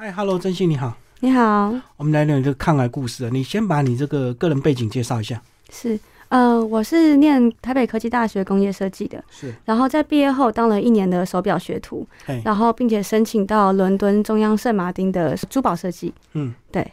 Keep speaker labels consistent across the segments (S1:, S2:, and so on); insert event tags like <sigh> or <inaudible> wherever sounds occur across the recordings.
S1: 嗨，Hello，真心你好，
S2: 你好，
S1: 我们来聊一个抗癌故事啊。你先把你这个个人背景介绍一下。
S2: 是呃，我是念台北科技大学工业设计的，
S1: 是，
S2: 然后在毕业后当了一年的手表学徒，
S1: 哎，
S2: 然后并且申请到伦敦中央圣马丁的珠宝设计。
S1: 嗯，
S2: 对。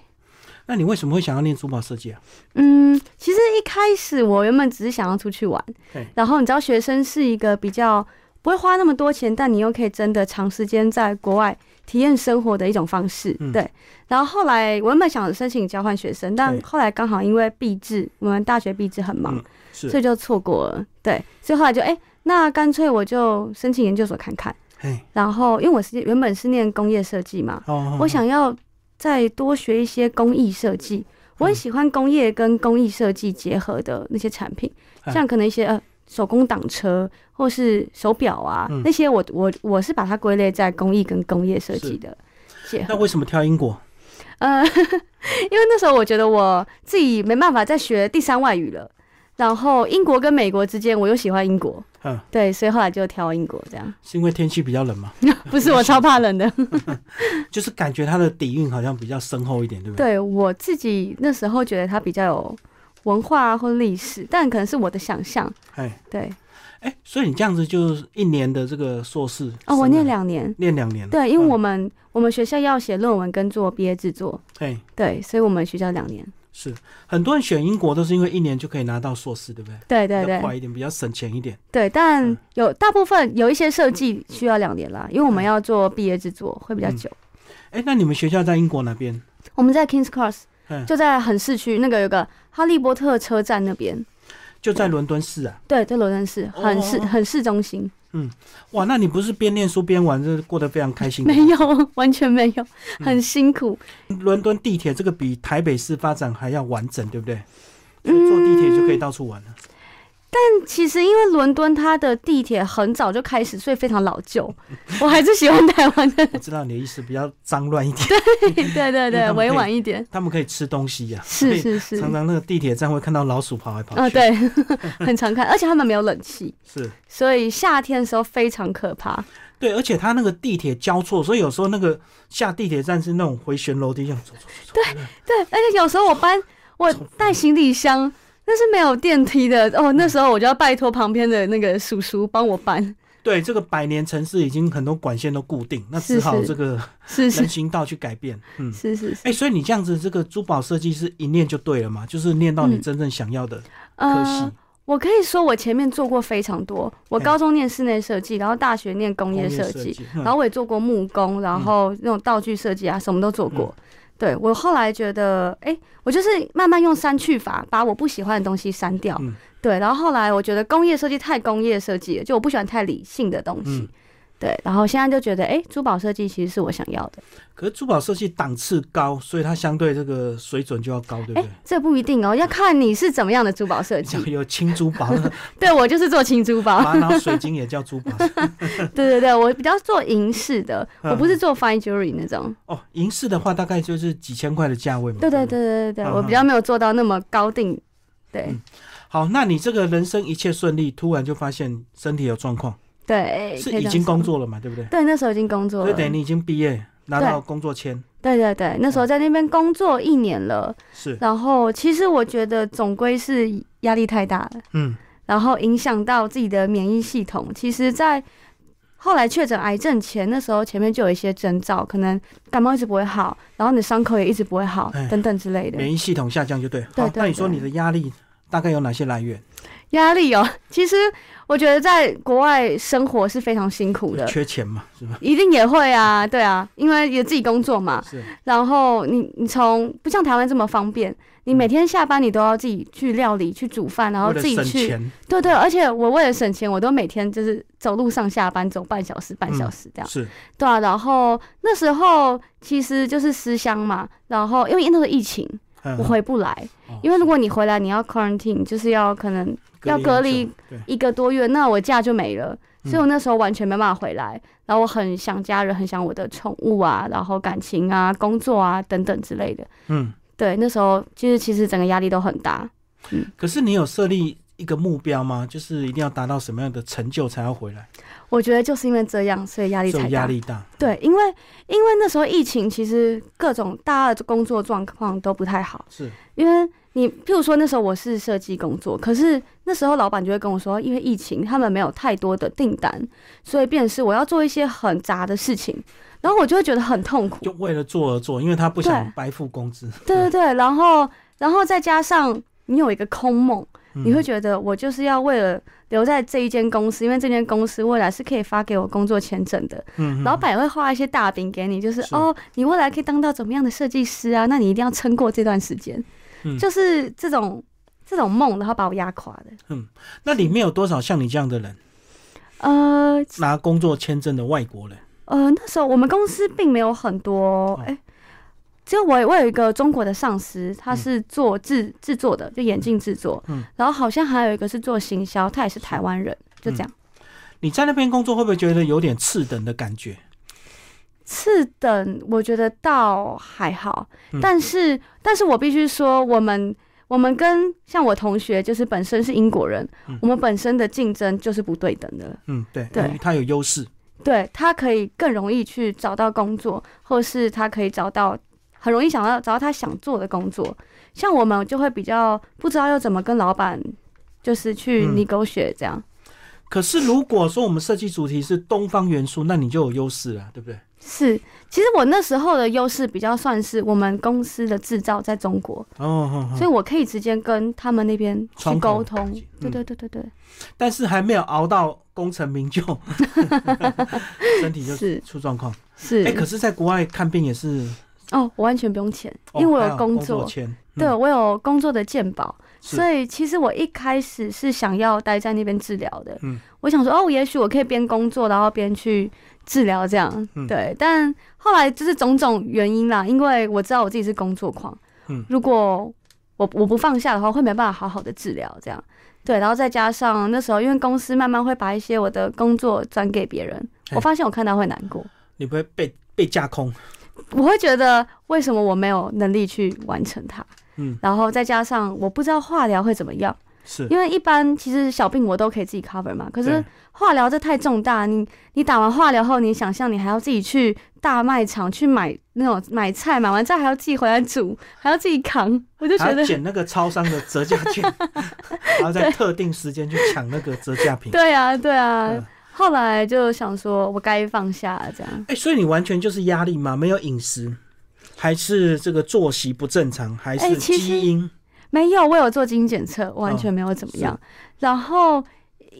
S1: 那你为什么会想要念珠宝设计啊？
S2: 嗯，其实一开始我原本只是想要出去玩
S1: 对，
S2: 然后你知道学生是一个比较不会花那么多钱，但你又可以真的长时间在国外体验生活的一种方式。
S1: 嗯
S2: 对。然后后来我原本想申请交换学生，但
S1: 对
S2: 后来刚好因为毕制，我们大学毕制很忙，
S1: 嗯
S2: 所
S1: 是，
S2: 以就错过了。对，所以后来就哎、诶那干脆我就申请研究所看看。
S1: 哎，
S2: 然后因为我是原本是念工业设计嘛，
S1: 哦，
S2: 我想要再多学一些工艺设
S1: 嗯
S2: 计。我很喜欢工业跟工艺设计结合的那些产品，
S1: 哎
S2: 像可能一些呃手工挡车或是手表啊、
S1: 嗯
S2: 那些我，我我是把它归类在工艺跟工业设计的结
S1: 那
S2: 合。
S1: 为什么挑英国？
S2: 呃， <laughs> 因为那时候我觉得我自己没办法再学第三外语了，然后英国跟美国之间，我又喜欢英国，
S1: 嗯，
S2: 对，所以后来就挑英国这样。
S1: 是因为天气比较冷
S2: <laughs>
S1: 嘛，
S2: 不是我超怕
S1: <laughs>
S2: 冷的，
S1: 就是感觉它的底蕴好像比较深厚一点，对不对？
S2: 对我自己那时候觉得它比较有文化啊或历史，但可能是我的想象。
S1: 哎，
S2: 对，
S1: 哎，所以你这样子就是一年的这个硕士
S2: 哦，
S1: 生
S2: 我
S1: 涯
S2: 念两年，
S1: 念两年，，
S2: 对，因为
S1: 嗯
S2: 我们、我们学校要写论文跟做毕业制作，
S1: 哎，
S2: 对，所以我们学校两年。
S1: 是很多人选英国都是因为一年就可以拿到硕士，对不对？
S2: 对对
S1: 比较
S2: 对
S1: 快一点，比较省钱一点。
S2: 对，但
S1: 嗯
S2: 有大部分有一些设计需要两年啦，因为我们
S1: 嗯
S2: 要做毕业制作会比较
S1: 嗯
S2: 久。
S1: 哎，那你们学校在英国哪边？
S2: 我们在 Kings Cross
S1: 嗯，
S2: 就在很市区那个有个哈利波特车站那边，
S1: 就在伦敦市啊。
S2: 对，在罗登市，很市
S1: 哦哦哦
S2: 很市中心。
S1: 哇，那你不是边念书边玩，这过得非常开心的。
S2: 没有， <laughs> 完全没有，
S1: 嗯
S2: 很辛苦。
S1: 伦敦地铁这个比台北市发展还要完整，对不对？
S2: 嗯
S1: 坐地铁就可以到处玩了。
S2: 但其实因为伦敦它的地铁很早就开始，所以非常老旧。
S1: 嗯
S2: 我还是喜欢台湾的，
S1: 我知道你的意思，比较脏乱一点， <laughs>
S2: 对对
S1: 因为
S2: 对，
S1: 他们可以
S2: 委婉一点。
S1: 他们可以吃东西呀、
S2: 是是是，
S1: 常常那个地铁站会看到老鼠跑来跑去。
S2: 嗯，，对， <laughs> 很常看，而且他们没有冷气，
S1: 是，
S2: 所以夏天的时候非常可怕。
S1: 对，而且它那个地铁交错，所以有时候那个下地铁站是那种回旋楼梯，这样走走走走。对，
S2: 对，而且有时候我搬我带行李箱，那是没有电梯的哦。那时候我就要拜托旁边的那个叔叔帮我搬，
S1: 对，这个百年城市已经很多管线都固定，那只好
S2: 是是
S1: 这个
S2: 是
S1: 人
S2: 是
S1: 行道去改变。嗯，
S2: 是是是，
S1: 哎、所以你这样子，这个珠宝设计是一念就对了嘛，就是念到你
S2: 嗯
S1: 真正想要的科系。
S2: 呃。我可以说，我前面做过非常多。我高中念室内设计，然后大学念嗯工业设计，，
S1: 嗯
S2: 然后我也做过木工，然后那种道具设计啊，什么都做过。
S1: 嗯
S2: 对我后来觉得，哎、我就是慢慢用删去法把我不喜欢的东西删掉。
S1: 嗯
S2: 对，然后后来我觉得工业设计太工业设计了，就我不喜欢太理性的东西。
S1: 嗯
S2: 对，然后现在就觉得，哎、珠宝设计其实是我想要的。
S1: 可是珠宝设计档次高，所以它相对这个水准就要高，对不嗯
S2: 哎、
S1: 对？
S2: 这不一定哦，要看你是怎么样的珠宝设
S1: <laughs>
S2: 计
S1: 讲。有青珠宝，那个
S2: 对我就是做轻珠宝，
S1: 玛瑙水晶也叫
S2: <laughs>
S1: 珠宝
S2: 对对对，我比较做银饰的，
S1: 嗯
S2: 我不是做 fine jewelry 那种。
S1: 哦。银饰的话，大概就是几千块的价位嘛。
S2: 对对
S1: 不。
S2: 对对对对，
S1: 嗯
S2: 我比较没有做到那么高定。对
S1: 嗯好，那你这个人生一切顺利，突然就发现身体有状况，
S2: 对，
S1: 是
S2: 可以这
S1: 已
S2: 样
S1: 经
S2: 说
S1: 工。作了嘛，对不对？
S2: 对，那时候已经工作
S1: 所以
S2: 了。
S1: 等于
S2: 对
S1: 你已经毕业，拿到工作签，
S2: 对对，那时候在那边工作一年了，
S1: 是，
S2: 然后其实我觉得总归是压力太大了，
S1: 嗯，
S2: 然后影响到自己的免疫系统。其实，在后来确诊癌症前，那时候前面就有一些征兆，可能感冒一直不会好，然后你的伤口也一直不会好
S1: 哎，
S2: 等等之类的。
S1: 免疫系统下降就对。
S2: 对
S1: 好，
S2: 对
S1: 那你说
S2: 对
S1: 你的压力大概有哪些来源？
S2: 压力哦，其实我觉得在国外生活是非常辛苦的，
S1: 缺钱嘛，是吧？
S2: 一定也会啊，对啊，因为也自己工作嘛，
S1: 是，
S2: 然后你你从不像台湾这么方便，你每天下班你都要自己去料理、去煮饭，然后
S1: 嗯为了
S2: 自己
S1: 省
S2: 去，
S1: 钱，
S2: 对对，而且我为了省钱，我都每天就是走路上下班，走半小时、半小
S1: 嗯
S2: 时这样，
S1: 是，
S2: 对啊，然后那时候其实就是思乡嘛，然后因为那时候疫情，
S1: 嗯
S2: 我回不来，
S1: 哦
S2: 因为如果你回来，你要 quarantine，就是要可能要隔离
S1: 很久，对，
S2: 一个多月，那我假就没了，
S1: 嗯
S2: 所以我那时候完全没办法回来。然后我很想家人，很想我的宠物啊，然后感情啊、工作啊等等之类的。
S1: 嗯。
S2: 对，那时候就是其实整个压力都很大。
S1: 可是你有设立一个目标吗？就是一定要达到什么样的成就才要回来？
S2: 我觉得就是因为这样，所以压力
S1: 所
S2: 才
S1: 以
S2: 大
S1: 压。力大。
S2: 对，因为因为那时候疫情，其实各种大家的工作状况都不太好。
S1: 是
S2: 因为你，譬如说那时候我是设计工作，可是那时候老板就会跟我说，因为疫情，他们没有太多的订单，所以便是我要做一些很杂的事情，然后我就会觉得很痛苦。
S1: 就为了做而做，因为他不想
S2: 对
S1: 白付工资。
S2: 对对对，然后然后再加上你有一个空梦，
S1: 嗯
S2: 你会觉得我就是要为了留在这一间公司，因为这间公司未来是可以发给我工作签证的，
S1: 嗯
S2: 老板也会画一些大饼给你，就是
S1: 是
S2: 哦，你未来可以当到怎么样的设计师啊？那你一定要撑过这段时间，
S1: 嗯
S2: 就是这种这种梦，然后把我压垮的。
S1: 那里面有多少像你这样的人
S2: 呃
S1: 拿工作签证的外国人？
S2: 呃，那时候我们公司并没有很
S1: 哦
S2: 多，哎、只有我我有一个中国的上司，他是做制制作的，就眼镜制作，
S1: 嗯
S2: 然后好像还有一个是做行销，他也是台湾人，就这样。
S1: 你在那边工作会不会觉得有点次等的感觉？
S2: 次等，我觉得倒还好，
S1: 嗯
S2: 但是但是我必须说，我们我们跟像我同学，就是本身是英国人，
S1: 嗯
S2: 我们本身的竞争就是不对等的，
S1: 嗯，对，
S2: 对
S1: 因为他有优势。
S2: 对他可以更容易去找到工作，或是他可以找到很容易想到找到他想做的工作，像我们就会比较不知道要怎么跟老板就是去
S1: 嗯
S2: negotiate 这样。
S1: 可是如果说我们设计主题是东方元素，那你就有优势了，对不对？
S2: 是，其实我那时候的优势比较算是我们公司的制造在中国，
S1: 哦哦，
S2: 所以
S1: 以
S2: 我可以直接跟他们那边去
S1: 窗口
S2: 沟通
S1: 嗯。
S2: 对对对对对，
S1: 但是还没有熬到功成名
S2: <laughs>
S1: 就，身体就是出状况。
S2: 是、
S1: 哎、可是在国外看病也是，
S2: 哦，我完全不用钱，
S1: 哦、
S2: 因为我
S1: 还
S2: 有工
S1: 作
S2: 作，
S1: 签，
S2: 对
S1: 嗯，
S2: 我有工作的健保，
S1: 是
S2: 所以其实我一开始是想要待在那边治疗的。
S1: 嗯
S2: 我想说哦，也许我可以边工作，然后边去治疗这样。
S1: 嗯
S2: 对，但后来就是种种原因啦，因为我知道我自己是工作狂，
S1: 嗯
S2: 如果我我不放下的话，会没办法好好的治疗这样。对，然后再加上那时候，因为公司慢慢会把一些我的工作转给别人，
S1: 嘿
S2: 我发现我看到会难过，
S1: 你不会被被架空，
S2: 我会觉得为什么我没有能力去完成它，
S1: 嗯，
S2: 然后再加上我不知道化疗会怎么样，
S1: 是，
S2: 因为一般其实小病我都可以自己 cover 嘛，可是
S1: 对
S2: 化疗这太重大，你你打完化疗后，你想象你还要自己去大卖场去买那种买菜，买完菜还要自己回来煮，还要自己扛，我就觉
S1: 还
S2: 得
S1: 要捡那个超商的折价
S2: <laughs>
S1: 券，然后在特定时间去抢那个折价品。
S2: 对啊对啊。
S1: 嗯
S2: 后来就想说，我该放下了这样。
S1: 哎、所以你完全就是压力吗？没有饮食，还是这个作息不正常，还
S2: 哎
S1: 是
S2: 其实
S1: 基因？
S2: 没有，我有做基因检
S1: 哦
S2: 测，完全没有怎么样。然后，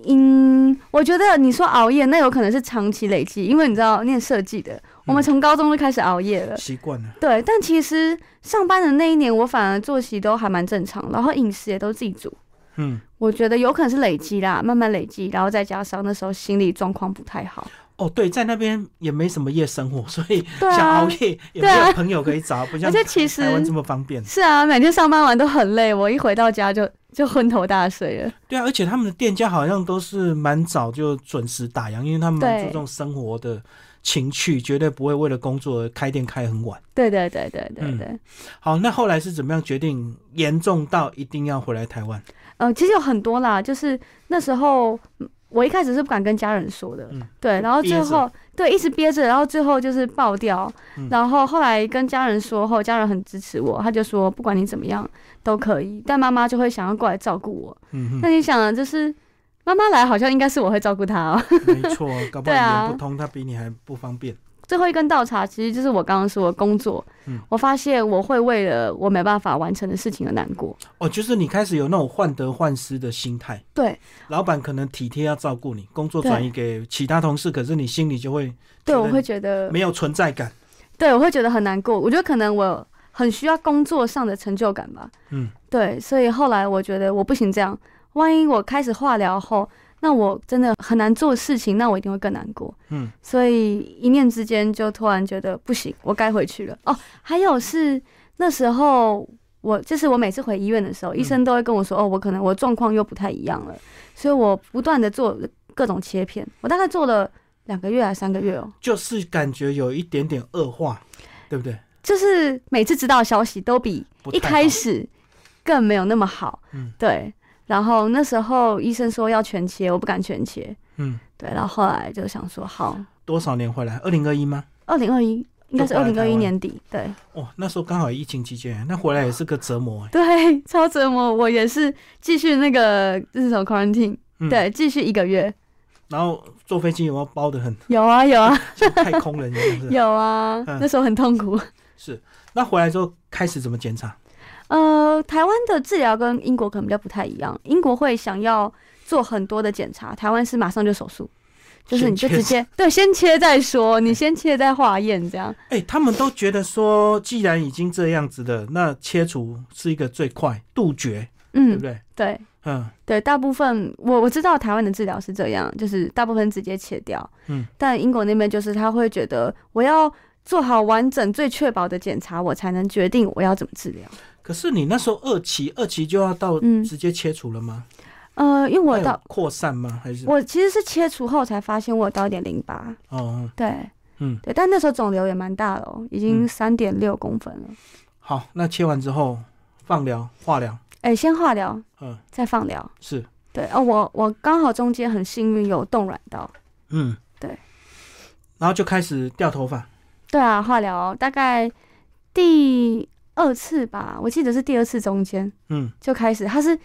S2: 嗯，我觉得你说熬夜，那有可能是长期累积，因为你知道念设计
S1: 嗯
S2: 的，我们从高中就开始熬夜了。
S1: 习惯了，
S2: 对，但其实上班的那一年，我反而作息都还蛮正常，然后饮食也都自己煮。
S1: 嗯，
S2: 我觉得有可能是累积啦，慢慢累积，然后再加上那时候心理状况不太好。
S1: 哦，对，在那边也没什么夜生活，所以
S2: 对
S1: 想
S2: 啊
S1: 熬，夜也
S2: 对
S1: 没
S2: 啊
S1: 有朋友可以找，不
S2: 而
S1: 像
S2: 且其实
S1: 台湾这么方便。
S2: 是啊，每天上班完都很累，我一回到家就就昏头大睡了。
S1: 对啊，而且他们的店家好像都是蛮早就准时打烊，因为他们蛮
S2: 对
S1: 注重生活的情趣，绝对不会为了工作而开店开很晚。
S2: 对对对对
S1: 嗯
S2: 对对，
S1: 好，那后来是怎么样决定严重到一定要回来台湾？
S2: 呃，其实有很多啦，就是那时候嗯我一开始是不敢跟家人说的，
S1: 嗯
S2: 对，然后最后对一直憋着，然后最后就是爆掉，
S1: 嗯
S2: 然后后来跟家人说后，家人很支持我，他就说不管你怎么样都可以，但妈妈就会想要过来照顾我。
S1: 嗯
S2: 那
S1: 哼， <laughs>
S2: 你想啊，就是妈妈来好像应该是我会照顾她哦。 <laughs>
S1: 没错，搞不好
S2: 对啊
S1: 语言不通，他比你还不方便。
S2: 最后一根倒茶其实就是我刚刚说的工作，
S1: 嗯
S2: 我发现我会为了我没办法完成的事情而难过。
S1: 哦，就是你开始有那种患得患失的心态，
S2: 对，
S1: 老板可能体贴要照顾你，工作转移给其他同事，可是你心里就会
S2: 对
S1: 觉得
S2: 我会觉得
S1: 没有存在感。
S2: 对，我会觉得很难过。我觉得可能我很需要工作上的成就感吧。
S1: 嗯，
S2: 对，所以后来我觉得我不行这样。万一我开始化疗后，那我真的很难做事情，那我一定会更难过。
S1: 嗯，
S2: 所以一念之间就突然觉得不行，我该回去了。哦，还有是那时候我就是我每次回医院的时候，医生都会跟我说，哦，我可能我状况又不太一样了，所以我不断的做各种切片，我大概做了两个月还是三个月哦，
S1: 就是感觉有一点点恶化，对不对？
S2: 就是每次知道的消息都比
S1: 不
S2: 一
S1: 太好
S2: 开始更没有那么好。
S1: 嗯
S2: 对。然后那时候医生说要全切，我不敢全切，
S1: 嗯，
S2: 对，然后后来就想说好，
S1: 多少年回来？二零二一吗？
S2: 二零二一应该是
S1: 就
S2: 二
S1: 回来
S2: 零
S1: 台
S2: 二一
S1: 湾
S2: 年底，对
S1: 哦，那时候刚好疫情期间，那回来也是个折磨、欸。
S2: 对， <laughs> 超折磨，我也是继续那个这是什么 quarantine，、
S1: 嗯
S2: 对，继续一个月，
S1: 然后坐飞机有没有包的很
S2: 有啊有啊
S1: 像太空人一样？ <laughs> 是不是
S2: <laughs> 有啊，
S1: 嗯
S2: 那时候很痛苦。
S1: 是。那回来之后开始怎么检查？
S2: 呃，台湾的治疗跟英国可能比较不太一样，英国会想要做很多的检查，台湾是马上就手术，就是你就
S1: 先切
S2: 直接对，先切再说，你先切再化验这样。
S1: 哎、他们都觉得说，既然已经这样子的，那切除是一个最快杜绝，对
S2: 嗯
S1: 不，对？
S2: 对
S1: 嗯，
S2: 对，大部分我我知道台湾的治疗是这样，就是大部分直接切掉。
S1: 嗯，
S2: 但英国那边就是他会觉得我要做好完整、最确保的检查，我才能决定我要怎么治疗。
S1: 可是你那时候二期，二期就要到
S2: 嗯
S1: 直接切除了吗？哎
S2: 呃，因为我
S1: 那
S2: 有
S1: 有
S2: 到
S1: 扩散吗？还是
S2: 我其实是切除后才发现我有到一点淋巴。
S1: 哦，
S2: 对，
S1: 嗯，
S2: 对，但那时候肿瘤也蛮大的哦，已经
S1: 嗯
S2: 三点六公分了。
S1: 好，那切完之后放疗、化疗，
S2: 哎、先化疗，
S1: 嗯，
S2: 再放疗。
S1: 是，
S2: 对哦，我我刚好中间很幸运有冻卵到。
S1: 嗯，
S2: 对。
S1: 然后就开始掉头发，
S2: 对啊，化疗大概第二次吧，我记得是第二次中间
S1: 嗯，
S2: 就开始，它是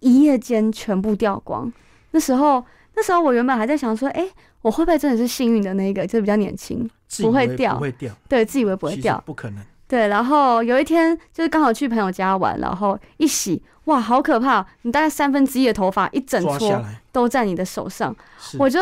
S2: 一夜间全部掉光。那时候那时候我原本还在想说，哎、我会不会真的是幸运的那一个，就是比较年轻，
S1: 自以为
S2: 不会掉
S1: 不会掉，
S2: 对自以为不会
S1: 其实
S2: 掉。
S1: 不可能。
S2: 对，然后有一天就是刚好去朋友家玩，然后一洗，哇，好可怕！你大概三分之一的头发一整
S1: 抓下
S2: 撮
S1: 来，
S2: 都在你的手上，
S1: 是
S2: 我就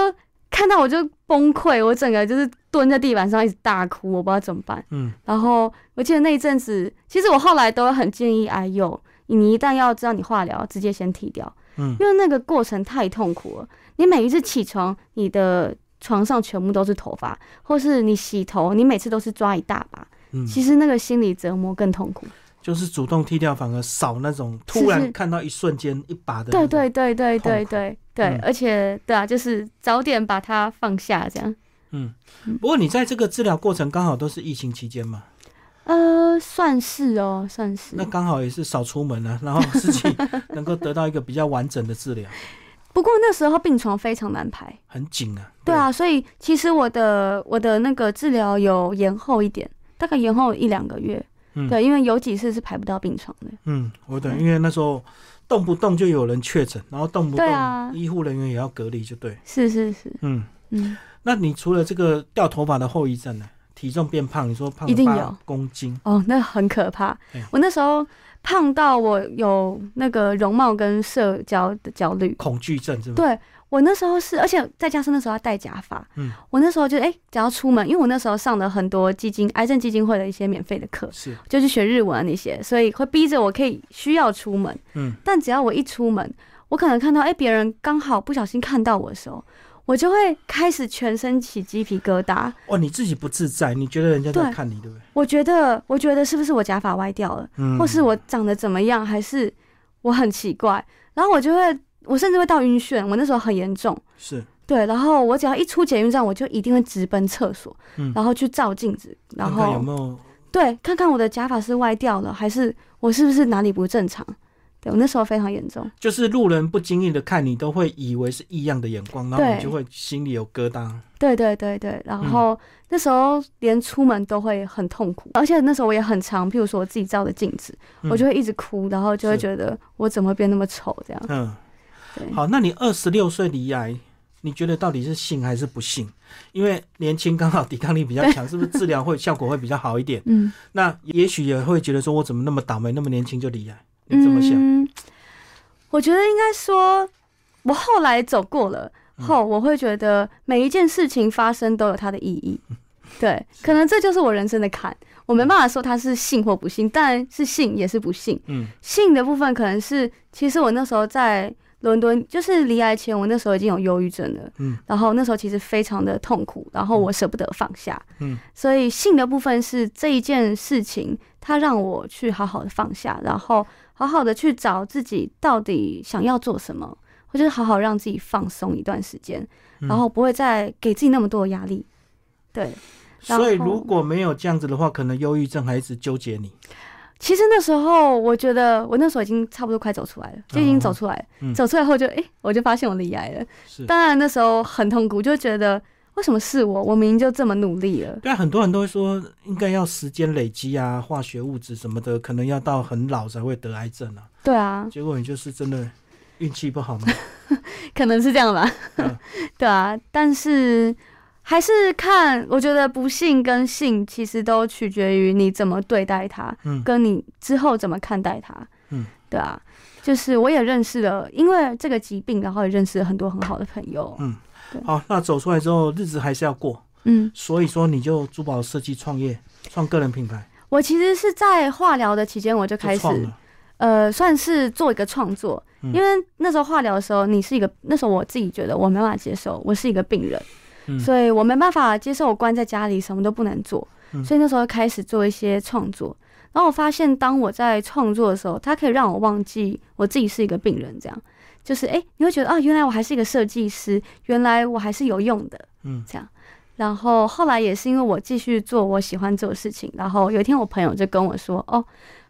S2: 看到我就崩溃，我整个就是蹲在地板上一直大哭，我不知道怎么办。
S1: 嗯
S2: 然后我记得那一阵子，其实我后来都很建议哎呦，你一旦要知道你化疗，直接先剃掉，
S1: 嗯，
S2: 因为那个过程太痛苦了。你每一次起床，你的床上全部都是头发，或是你洗头，你每次都是抓一大把。
S1: 嗯，
S2: 其实那个心理折磨更痛苦。
S1: 就是主动剃掉，反而少那种
S2: 是
S1: 突然
S2: 是
S1: 看到一瞬间一把的。
S2: 对对，对对
S1: 痛
S2: 对
S1: 苦
S2: 对对
S1: 嗯，
S2: 而且对啊，就是早点把它放下，这样。
S1: 嗯。不过你在这个治疗过程刚好都是疫情期间嘛，
S2: 呃，算是哦，算是
S1: 嗯那。刚好也是少出门啊，然后自己能够得到一个比较完整的治疗，
S2: 不过那时候病床非常难排。
S1: 很紧啊。
S2: <laughs> 对，啊，所以其实我的我的那个治疗有延后一点，大概延后一两个月。
S1: 嗯
S2: 对，因为有几次是排不到病床的。
S1: 嗯，我懂，
S2: 对
S1: 因为那时候动不动就有人确诊，然后动不
S2: 对啊
S1: 动医护人员也要隔离，就对。
S2: 是是是，
S1: 嗯，
S2: 嗯，
S1: 那你除了这个掉头发的后遗症呢？体重变胖，你说胖
S2: 一定
S1: 八
S2: 有
S1: 公斤，
S2: 哦，那很可怕
S1: 嗯。
S2: 我那时候胖到我有那个容貌跟社交的焦虑。
S1: 恐惧症是吧？
S2: 对我那时候是，而且再加上那时候要戴假发，
S1: 嗯
S2: 我那时候就哎、只要出门，因为我那时候上了很多基金癌症基金会的一些免费的课，
S1: 是，
S2: 就是学日文啊那些，所以会逼着我可以需要出门，
S1: 嗯，
S2: 但只要我一出门，我可能看到哎别、人刚好不小心看到我的时候，我就会开始全身起鸡皮疙瘩，
S1: 哦，你自己不自在，你觉得人家在
S2: 对
S1: 看你，对不对？
S2: 我觉得我觉得是不是我假发歪掉了，
S1: 嗯，
S2: 或是我长得怎么样，还是我很奇怪，然后我就会我甚至会到晕眩，我那时候很严重。
S1: 是
S2: 对，然后我只要一出捷运站，我就一定会直奔厕所，
S1: 嗯
S2: 然后去照镜子，然后
S1: 看看有没有
S2: 对，看看我的假发是歪掉了，还是我是不是哪里不正常？对我那时候非常严重，
S1: 就是路人不经意的看你，都会以为是异样的眼光，然后
S2: 对
S1: 你就会心里有疙瘩。
S2: 对对对对，
S1: 嗯
S2: 然后、那时候连出门都会很痛苦，而且那时候我也很常，譬如说我自己照的镜子，
S1: 嗯
S2: 我就会一直哭，然后就会
S1: 是
S2: 觉得我怎么会变那么丑这样。
S1: 嗯，
S2: 对，
S1: 好，那你二十六岁离癌，你觉得到底是幸还是不幸？因为年轻刚好抵抗力比较强，是不是治疗会效果会比较好一
S2: <laughs>
S1: 点？
S2: 嗯，
S1: 那也许也会觉得说，我怎么那么倒霉，那么年轻就离癌？你怎么想？
S2: 嗯、我觉得应该说，我后来走过了
S1: 嗯
S2: 后，我会觉得每一件事情发生都有它的意
S1: <laughs>
S2: 义。对，可能这就是我人生的坎。我没办法说它是信或不信，当然是信也是不信。
S1: 嗯
S2: 信的部分可能是，其实我那时候在伦敦，就是离癌前，我那时候已经有忧郁症了。
S1: 嗯，
S2: 然后那时候其实非常的痛苦，然后我舍不得放下。
S1: 嗯，
S2: 所以信的部分是这一件事情，它让我去好好的放下，然后好好的去找自己到底想要做什么，或者是好好让自己放松一段时间，
S1: 嗯
S2: 然后不会再给自己那么多的压力。对，然后
S1: 所以如果没有这样子的话，可能忧郁症还一直纠结你。
S2: 其实那时候我觉得我那时候已经差不多快走出来了，就已经走出来了。
S1: 嗯
S2: 走出来后就哎、诶我就发现我离癌了。
S1: 是。
S2: 当然那时候很痛苦，就觉得为什么是我？我明明就这么努力了。
S1: 对啊，很多人都会说，应该要时间累积啊，化学物质什么的，可能要到很老才会得癌症啊。
S2: 对啊，
S1: 结果你就是真的运气不好嘛。
S2: 可能是这样吧。
S1: 嗯
S2: <laughs> 对啊，但是还是看，我觉得不幸跟幸其实都取决于你怎么对待它， <laughs>
S1: 嗯
S2: 跟你之后怎么看待它。
S1: 嗯，
S2: 对啊，就是我也认识了，因为这个疾病，然后也认识了很多很好的朋友。
S1: 嗯
S2: 对，
S1: 好，那走出来之后，日子还是要过，
S2: 嗯，
S1: 所以说你就珠宝设计创业，创个人品牌，
S2: 我其实是在化疗的期间我就
S1: 就
S2: 开
S1: 创
S2: 始
S1: 了。
S2: 呃，算是做一个创作，
S1: 嗯
S2: 因为那时候化疗的时候，你是一个那时候我自己觉得我没办法接受，我是一个病人，
S1: 嗯
S2: 所以我没办法接受我关在家里什么都不能做，
S1: 嗯
S2: 所以那时候开始做一些创作。然后我发现，当我在创作的时候，它可以让我忘记我自己是一个病人，这样就是哎、诶你会觉得啊，原来我还是一个设计师，原来我还是有用的。
S1: 嗯
S2: 然后后来也是因为我继续做我喜欢做的事情，然后有一天我朋友就跟我说：“哦，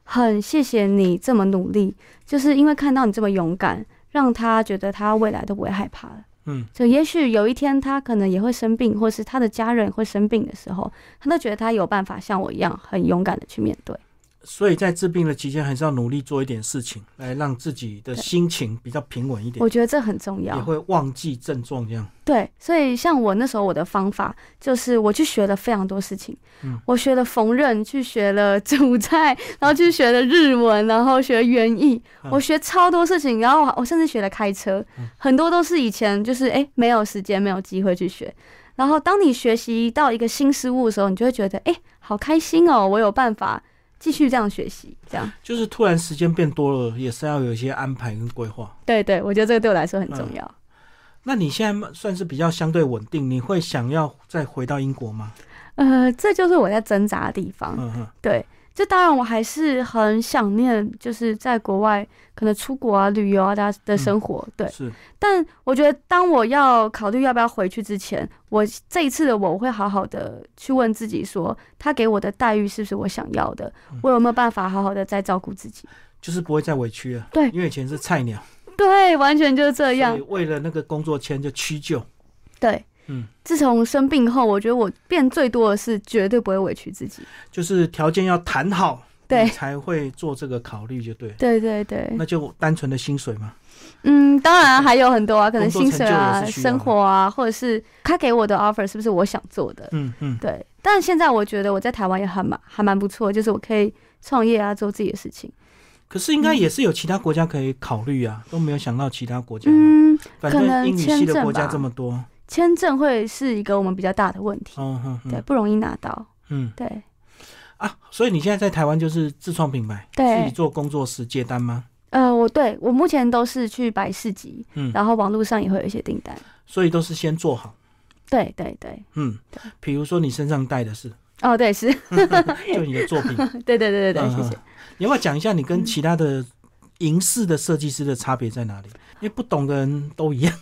S2: 很谢谢你这么努力，就是因为看到你这么勇敢，让他觉得他未来都不会害怕了。
S1: 嗯
S2: 就也许有一天他可能也会生病，或是他的家人会生病的时候，他都觉得他有办法像我一样很勇敢的去面对。
S1: 所以在治病的期间，还是要努力做一点事情，来让自己的心情比较平稳一点
S2: 我，觉得这很重
S1: 也
S2: 要。
S1: 会忘记症状这样。
S2: 对，所以像我那时候我的方法就是我去学了非常多事情，
S1: 嗯
S2: 我学了缝纫，去学了煮菜，然后去学了日文，然后学园艺，
S1: 嗯
S2: 我学超多事情，然后我我甚至学了开车，
S1: 嗯
S2: 很多都是以前就是哎、诶没有时间没有机会去学。然后当你学习到一个新事物的时候，你就会觉得哎、诶好开心哦，我有办法继续这样学习，这样。
S1: 就是突然时间变多了，也是要有一些安排跟规划。
S2: 对对，我觉得这个对我来说很重
S1: 嗯
S2: 要。
S1: 那你现在算是比较相对稳定，你会想要再回到英国吗？
S2: 呃，这就是我在挣扎的地方。
S1: 嗯嗯
S2: 对，这当然我还是很想念，就是在国外可能出国啊、旅游啊，大家
S1: 嗯
S2: 的生活。对，
S1: 是
S2: 但我觉得当我要考虑要不要回去之前，我这一次的我，我会好好的去问自己说，他给我的待遇是不是我想要的
S1: 嗯？
S2: 我有没有办法好好的再照顾自己？ <laughs>
S1: 就是不会再委屈了。
S2: 对
S1: 因为以前是菜鸟，
S2: 对，完全就是这
S1: 所
S2: 样
S1: 以。为了那个工作签就屈就。
S2: 对，
S1: 嗯，
S2: 自从生病后，我觉得我变最多的是绝对不会委屈自己。
S1: 就是条件要谈好，
S2: 对
S1: 你才会做这个考虑，就对。
S2: 对对对。
S1: 那就单纯的薪水嘛，
S2: 嗯，当然还有很多啊，可能
S1: 工作
S2: 薪水啊、
S1: 成就也是需要的
S2: 生活啊，或者是他给我的 offer 是不是我想做的？
S1: 嗯嗯，
S2: 对，但现在我觉得我在台湾也还蛮还蛮不错，就是我可以创业啊，做自己的事情。
S1: 可是应该也是有其他国家可以考虑啊，都没有想到其他国家，
S2: 嗯，
S1: 反
S2: 可能
S1: 正英语系
S2: 签
S1: 的
S2: 证
S1: 国家
S2: 吧
S1: 这么多，
S2: 签证会是一个我们比较大的问题，
S1: 哦嗯
S2: 对，
S1: 嗯
S2: 不容易拿到。
S1: 嗯
S2: 对，
S1: 啊，所以你现在在台湾就是自创品牌，
S2: 对
S1: 自己做工作室接单吗？
S2: 呃，我对我目前都是去摆市集，
S1: 嗯，
S2: 然后网络上也会有一些订单。
S1: 所以都是先做好，
S2: 对对对，
S1: 嗯，比如说你身上带的是，
S2: 哦对是， <laughs>
S1: 就你的作品，
S2: 对对 <laughs> 对对对，
S1: 嗯
S2: 谢谢。
S1: 嗯你要不要讲一下你跟其他的银饰的设计师的差别在哪里？因为不懂的人都一
S2: <laughs>
S1: 样，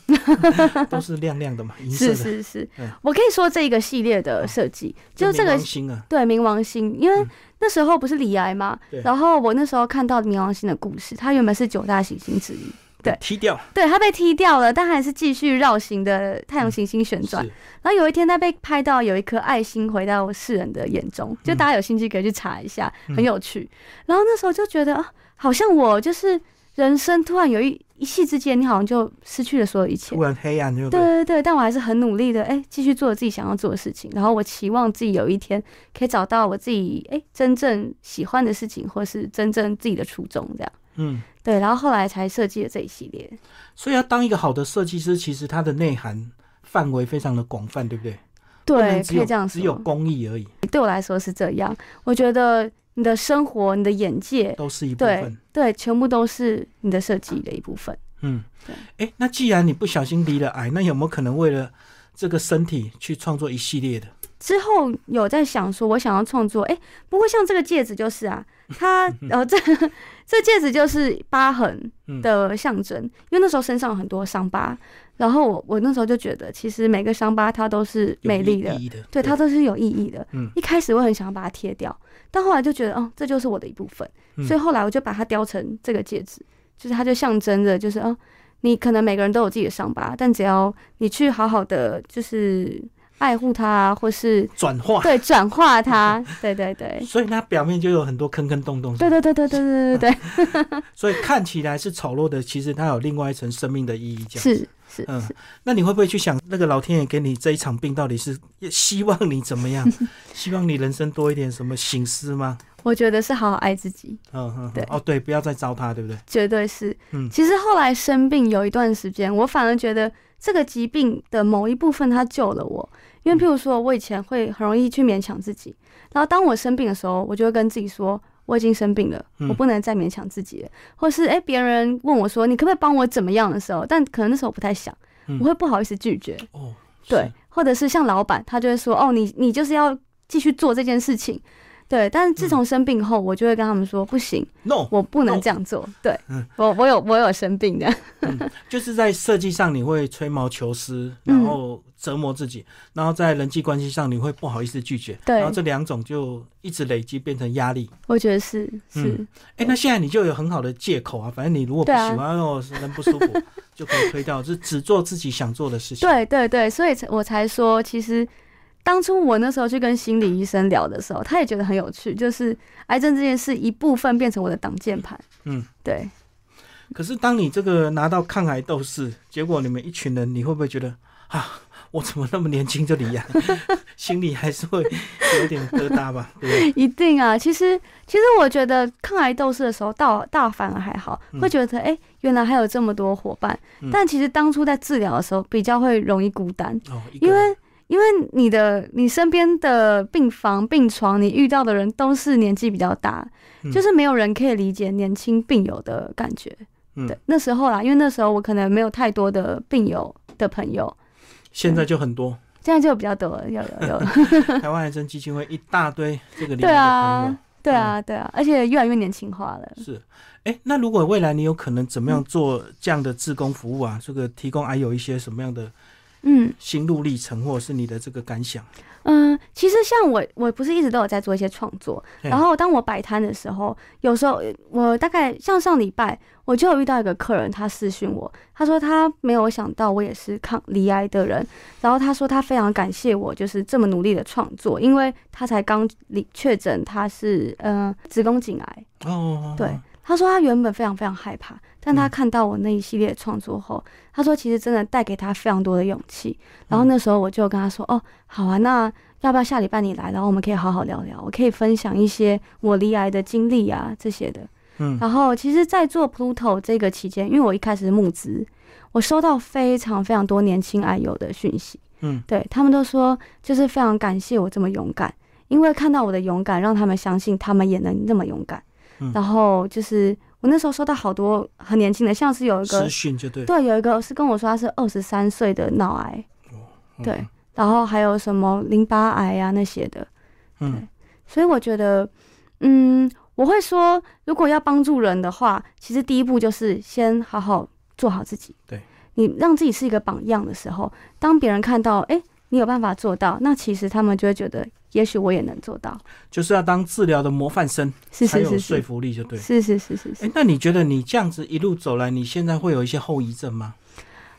S1: 都是亮亮的嘛，银色
S2: 是
S1: 的。
S2: 是是
S1: 嗯，
S2: 我可以说这一个系列的设计，就这个
S1: 星啊，
S2: 对冥王星，因为
S1: 嗯
S2: 那时候不是李癌嘛，
S1: 对
S2: 然后我那时候看到冥王星的故事，它原本是九大行星之一，对
S1: 踢掉
S2: 对，它被踢掉了，但还是继续绕行的太阳行星旋转。
S1: 嗯是
S2: 然后有一天，它被拍到有一颗爱心回到世人的眼中，就
S1: 嗯
S2: 大家有兴趣可以去查一下，
S1: 嗯
S2: 很有趣。然后那时候就觉得啊，好像我就是人生突然有一一夕之间，你好像就失去了所有一切
S1: 突。然黑暗，哦对不
S2: 对
S1: 对？
S2: 对对，但我还是很努力的，哎、继续做自己想要做的事情。然后我期望自己有一天可以找到我自己哎、真正喜欢的事情，或是真正自己的初衷这样。
S1: 嗯，
S2: 对，然后后来才设计了这一系列。
S1: 所以要当一个好的设计师，其实它的内涵范围非常的广泛，对不对？不
S2: 对，
S1: 能只
S2: 可以
S1: 有
S2: 这样
S1: 只有
S2: 说。
S1: 工艺而已，
S2: 对我来说是这样，我觉得你的生活、你的眼界，
S1: 都是一部
S2: 对
S1: 分。
S2: 对，全部都是你的设计的一部分。
S1: 嗯
S2: 对，
S1: 哎，那既然你不小心离了癌，那有没有可能为了这个身体去创作一系列的？
S2: 之后有在想说，我想要创作，哎、不过像这个戒指就是啊，它呃这这戒指就是疤痕的象征，因为那时候身上有很多伤疤，然后我我那时候就觉得，其实每个伤疤它都是
S1: 有
S2: 美丽的，
S1: 意义的，
S2: 对，它都是有意义的。
S1: 嗯
S2: 一开始我很想要把它贴掉，但后来就觉得，哦，这就是我的一部分，
S1: 嗯
S2: 所以后来我就把它雕成这个戒指，就是它就象征着，就是哦，你可能每个人都有自己的伤疤，但只要你去好好的就是爱护它啊，或是
S1: 转化，
S2: 对转化它，对对对，
S1: 所以它表面就有很多坑坑洞洞。
S2: 对对对对对对对对，
S1: 所以看起来是丑陋的，其实它有另外一层生命的意义。这样，
S2: 是是
S1: 嗯
S2: 是，，
S1: 那你会不会去想，那个老天爷给你这一场病，到底是希望你怎么
S2: <laughs>
S1: 样？希望你人生多一点什么醒思吗？
S2: 我觉得是好好爱自己。
S1: 嗯嗯，嗯
S2: 对
S1: 哦对，不要再糟蹋，对不对？
S2: 绝对是。
S1: 嗯
S2: 其实后来生病有一段时间，我反而觉得这个疾病的某一部分它救了我，
S1: 嗯
S2: 因为譬如说我以前会很容易去勉强自己，然后当我生病的时候，我就会跟自己说。我已经生病了，
S1: 嗯
S2: 我不能再勉强自己了。或是诶，别、人问我说你可不可以帮我怎么样的时候，但可能那时候不太想，
S1: 嗯
S2: 我会不好意思拒绝。
S1: 哦，
S2: 对，或者是像老板，他就会说：“哦，你你就是要继续做这件事情。”对，但是自
S1: 嗯
S2: 从生病后，我就会跟他们说：“不行，
S1: 是，no，
S2: 我不能
S1: No
S2: 这样做。对
S1: 嗯，
S2: 我我有我有生病的，
S1: 就是在设计上你会吹毛求疵，
S2: 嗯
S1: 然后折磨自己，然后在人际关系上你会不好意思拒绝，
S2: 对
S1: 然后这两种就一直累积变成压力。
S2: <laughs> 我觉得是是、
S1: 嗯哎、那现在你就有很好的借口啊，反正你如果不
S2: 对
S1: 喜
S2: 啊
S1: 欢、哦，人不舒服就可以推掉，就只做自己想做的事情。
S2: 对对对，所以才我才说，其实当初我那时候去跟心理医生聊的时候，他也觉得很有趣，就是癌症这件事一部分变成我的挡箭牌。
S1: 嗯，
S2: 对，
S1: 可是当你这个拿到抗癌斗士，结果你们一群人，你会不会觉得啊，我怎么那么年轻就离癌？ <laughs> 心里还是会有点疙瘩吧，对不对？
S2: 一定啊。其实其实我觉得抗癌斗士的时候，倒倒反而还好，
S1: 嗯
S2: 会觉得哎、诶原来还有这么多伙伴。
S1: 嗯
S2: 但其实当初在治疗的时候，比较会容易孤单。
S1: 哦，一个
S2: 因
S1: 人
S2: 为因为你的你身边的病房病床，你遇到的人都是年纪比较大，
S1: 嗯
S2: 就是没有人可以理解年轻病友的感觉。
S1: 嗯
S2: 对，那时候啦，因为那时候我可能没有太多的病友的朋友，
S1: 现在就很多，
S2: 现在就比较多了，有有
S1: <laughs>
S2: 有，
S1: 台湾癌症基金会一大堆这个领域
S2: 对
S1: 的朋友
S2: 啊。，对啊，对啊，而且越来越年轻化了。
S1: 是，哎、那如果未来你有可能怎么样做这样的志工服务啊？这个提供还有一些什么样的
S2: 嗯
S1: 心路历程，或者是你的这个感想？
S2: 嗯、呃其实像我，我不是一直都有在做一些创作，
S1: 嘿
S2: 然后当我摆摊的时候，有时候呃我大概像上礼拜，我就有遇到一个客人，他私讯我，他说他没有想到我也是抗离癌的人，然后他说他非常感谢我，就是这么努力的创作，因为他才刚离确诊他是呃子宫颈癌，
S1: 哦，
S2: 对。他说他原本非常非常害怕，但他看到我那一系列的创作后，他说其实真的带给他非常多的勇气。然后那时候我就跟他说：“哦，好啊，那要不要下礼拜你来？然后我们可以好好聊聊，我可以分享一些我离癌的经历啊这些的。”
S1: 嗯，
S2: 然后其实，在做 Pluto 这个期间，因为我一开始是募资，我收到非常非常多年轻癌友的讯息，
S1: 嗯，
S2: 对他们都说，就是非常感谢我这么勇敢，因为看到我的勇敢，让他们相信他们也能那么勇敢。
S1: 嗯
S2: 然后就是我那时候收到好多很年轻的，像是有一个
S1: 私讯就对了，
S2: 对，有一个是跟我说他是二十三岁的脑癌，
S1: 嗯
S2: 对，然后还有什么淋巴癌啊那些的，
S1: 嗯
S2: 所以我觉得，嗯，我会说，如果要帮助人的话，其实第一步就是先好好做好自己。
S1: 对，
S2: 你让自己是一个榜样的时候，当别人看到，哎、你有办法做到，那其实他们就会觉得，也许我也能做到。
S1: 就是要当治疗的模范生，
S2: 是
S1: 才
S2: 是
S1: 有
S2: 是
S1: 说
S2: 是
S1: 服力，就对了。
S2: 是是是是
S1: 哎、
S2: 是，
S1: 那你觉得你这样子一路走来，你现在会有一些后遗症吗？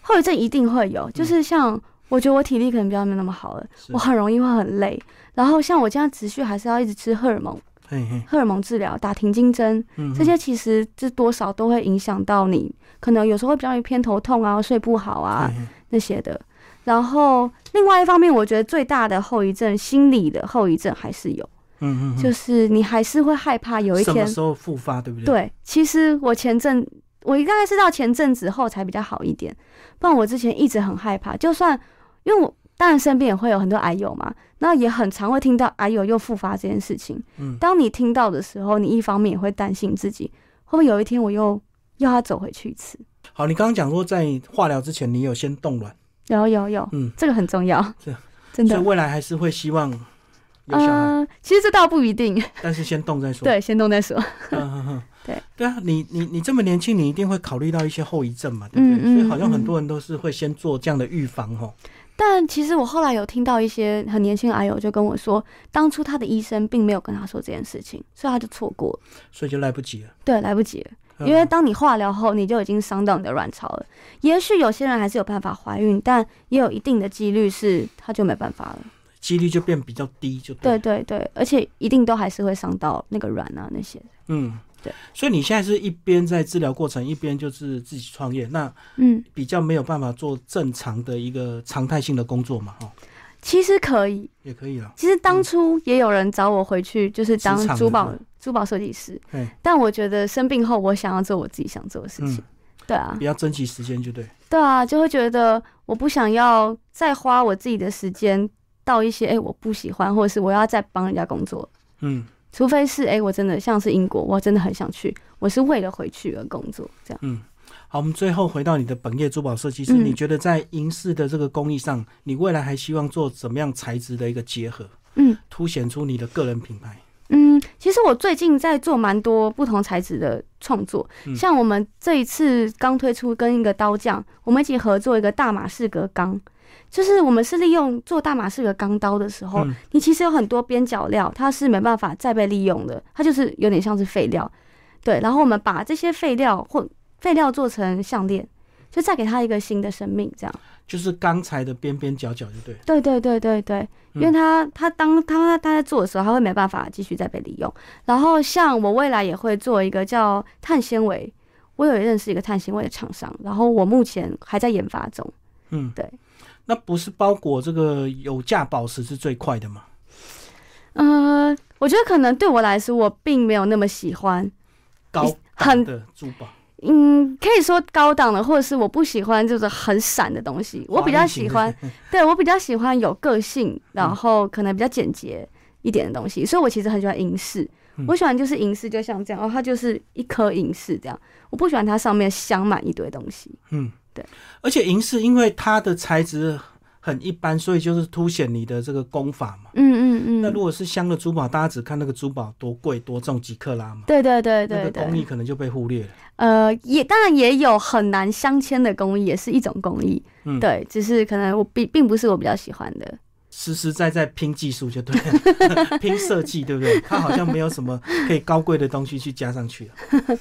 S2: 后遗症一定会有，就是像我觉得我体力可能比较没那么好了，
S1: 嗯是
S2: 我很容易会很累，然后像我这样持续还是要一直吃荷尔蒙，
S1: 嘿嘿，
S2: 荷尔蒙治疗，打停经针，
S1: 嗯，
S2: 这些其实这多少都会影响到你，可能有时候会比较容易偏头痛啊、睡不好啊
S1: 嘿嘿
S2: 那些的。然后另外一方面，我觉得最大的后遗症，心理的后遗症还是有，
S1: 嗯嗯，
S2: 就是是你还是会害怕有一
S1: 什么
S2: 天。
S1: 时候复发，对不对？，
S2: 对，其实我前阵我大概是到前阵子后才比较好一点，不然我之前一直很害怕，就算因为我当然身边也会有很多癌友嘛，那也很常会听到癌友又复发这件事情。
S1: 嗯，
S2: 当你听到的时候，你一方面也会担心自己会不会有一天我又要他走回去一次。
S1: 好，你刚刚讲说在化疗之前，你有先冻卵，
S2: 有有有，
S1: 嗯
S2: 这个很重要，
S1: 这
S2: 真
S1: 所以
S2: 的
S1: 未来还是会希望有小孩，
S2: 嗯，其实这倒不一定，
S1: 但是先动再说。
S2: <laughs> 对，先动再说。
S1: <laughs> 嗯，嗯嗯，
S2: 对
S1: 对啊，你你你这么年轻，你一定会考虑到一些后遗症嘛，对不对？
S2: 嗯嗯
S1: 所以好像很多人都是会先做这样的预防哦。
S2: 但其实我后来有听到一些很年轻的癌友就跟我说，当初他的医生并没有跟他说这件事情，所以他就错过了。
S1: 所以就来不及了。
S2: 对，来不及了，
S1: 嗯
S2: 因为当你化疗后，你就已经伤到你的卵巢了。也许有些人还是有办法怀孕，但也有一定的几率是他就没办法了。
S1: 几率就变比较低，就对
S2: 对。对对，而且一定都还是会伤到那个卵啊那些。
S1: 嗯，
S2: 对。
S1: 所以你现在是一边在治疗过程，一边就是自己创业，那
S2: 嗯，
S1: 比较没有办法做正常的一个常态性的工作嘛，哦，
S2: 其实可以。
S1: 也可以了。
S2: 其实当初也有人找我回去，就是当
S1: 嗯职场的
S2: 珠宝
S1: 是
S2: 珠宝设计师，
S1: 对，
S2: 但我觉得生病后，我想要做我自己想做的事情。
S1: 嗯，
S2: 对啊，
S1: 比较珍惜时间就对。
S2: 对啊，就会觉得我不想要再花我自己的时间到一些哎、诶我不喜欢，或者是我要再帮人家工作，
S1: 嗯
S2: 除非是哎、诶我真的像是英国，我真的很想去，我是为了回去而工作这样。
S1: 嗯。好，我们最后回到你的本业，珠宝设计师，
S2: 嗯
S1: 你觉得在银饰的这个工艺上，你未来还希望做怎么样材质的一个结合，
S2: 嗯
S1: 凸显出你的个人品牌？
S2: 嗯，其实我最近在做蛮多不同材质的创作，
S1: 嗯
S2: 像我们这一次刚推出跟一个刀匠，我们一起合作一个大马士革钢。就是我们是利用做大马士革钢刀的时候，
S1: 嗯
S2: 你其实有很多边角料，它是没办法再被利用的，它就是有点像是废料。对，然后我们把这些废料或废料做成项链，就再给它一个新的生命，这样。
S1: 就是钢材的边边角角就对。
S2: 对对对对对，因为
S1: 嗯
S2: 它它当它它在做的时候，它会没办法继续再被利用。然后像我未来也会做一个叫碳纤维，我有认识一个碳纤维的厂商，然后我目前还在研发中。
S1: 嗯，
S2: 对。
S1: 那不是包裹这个有价宝石是最快的嘛？
S2: 呃，我觉得可能对我来说，我并没有那么喜欢，
S1: 高档
S2: 很
S1: 的珠宝，
S2: 嗯，可以说高档的，或者是我不喜欢就是很闪的东西，我比较
S1: <laughs>
S2: 喜欢，对我比较喜欢有个性，然
S1: 嗯
S2: 后可能比较简洁一点的东西，所以我其实很喜欢银饰
S1: 嗯。
S2: 我喜欢就是银饰，就像这样，哦，它就是一颗银饰这样。我不喜欢它上面镶满一堆东西。
S1: 嗯，
S2: 对。
S1: 而且银饰因为它的材质很一般，所以就是凸显你的这个功法嘛。
S2: 嗯嗯
S1: 那
S2: 嗯
S1: 如，果是镶的珠宝，大家只看那个珠宝多贵多重几克拉嘛，
S2: 对对对
S1: 那
S2: 对
S1: 个工艺
S2: 对。
S1: 可能就被忽略了。
S2: 呃，也当然也有很难镶嵌的工艺，也是一种工艺。
S1: 嗯
S2: 对，只是可能我并并不是我比较喜欢的。
S1: 实实在在拼技术就对了， <laughs> 拼设计对不对？它好像没有什么可以高贵的东西去加上去了。啊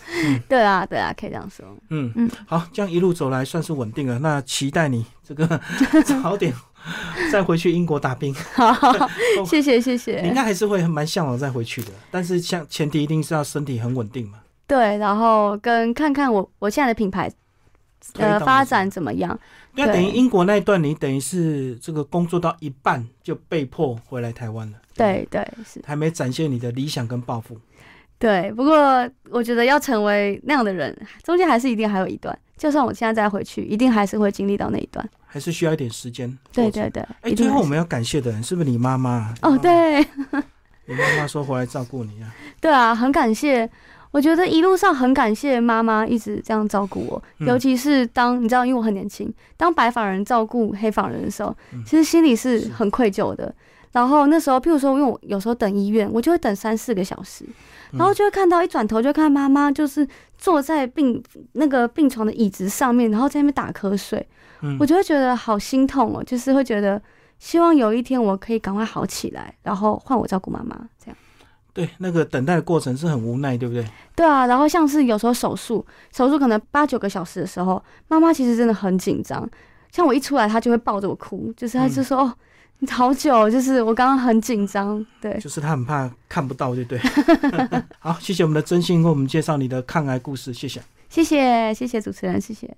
S2: 对啊，对啊，可以这样说。
S1: 嗯
S2: 嗯
S1: 好，这样一路走来算是稳定了。那期待你这个 <laughs> 早点再回去英国打拼， <laughs> 哦
S2: 好， <laughs> 谢谢谢谢。
S1: 你应该还是会蛮向往再回去的。但是像前提一定是要身体很稳定嘛，
S2: 对，然后跟看看我我现在的品牌
S1: 推动
S2: 呃
S1: 的时候
S2: 发展。怎么样？
S1: 对啊，
S2: 对
S1: 等于英国那一段，你等于是这个工作到一半就被迫回来台湾了。吧，
S2: 对对是，
S1: 还没展现你的理想跟抱负。
S2: 对。不过我觉得要成为那样的人，中间还是一定还有一段。就算我现在再回去，一定还是会经历到那一段。
S1: 还是需要一点时间。
S2: 对。对对，
S1: 哎、
S2: 一定
S1: 最后
S2: 还
S1: 我嗯
S2: 是
S1: 们要感谢的人是不是你妈妈？
S2: 哦，，对
S1: 你妈妈说回来照顾你啊。
S2: 对啊，很感谢。我觉得一路上很感谢妈妈一直这样照顾我，
S1: 嗯
S2: 尤其是当你知道，因为我很年轻，当白发人照顾黑发人的时候
S1: 嗯，
S2: 其实心里是
S1: 是
S2: 很愧疚的。然后那时候，譬如说，因为我有时候等医院，我就会等三四个小时，
S1: 嗯
S2: 然后就会看到一转头就看妈妈就是坐在病那个病床的椅子上面，然后在那边打瞌睡，
S1: 嗯
S2: 我就会觉得好心痛哦，就是会觉得希望有一天我可以赶快好起来，然后换我照顾妈妈这样。
S1: 对，那个等待的过程是很无奈，对不对？
S2: 对啊，然后像是有时候手术，手术可能八九个小时的时候，妈妈其实真的很紧张。像我一出来，她就会抱着我哭，就是她就说：“哦，你好久，就是我刚刚很紧张。”对，
S1: 就是他很怕看不到，对不对？ <laughs> 好，谢谢我们的真心为我们介绍你的抗癌故事，谢谢。
S2: 谢谢谢谢主持人，谢谢。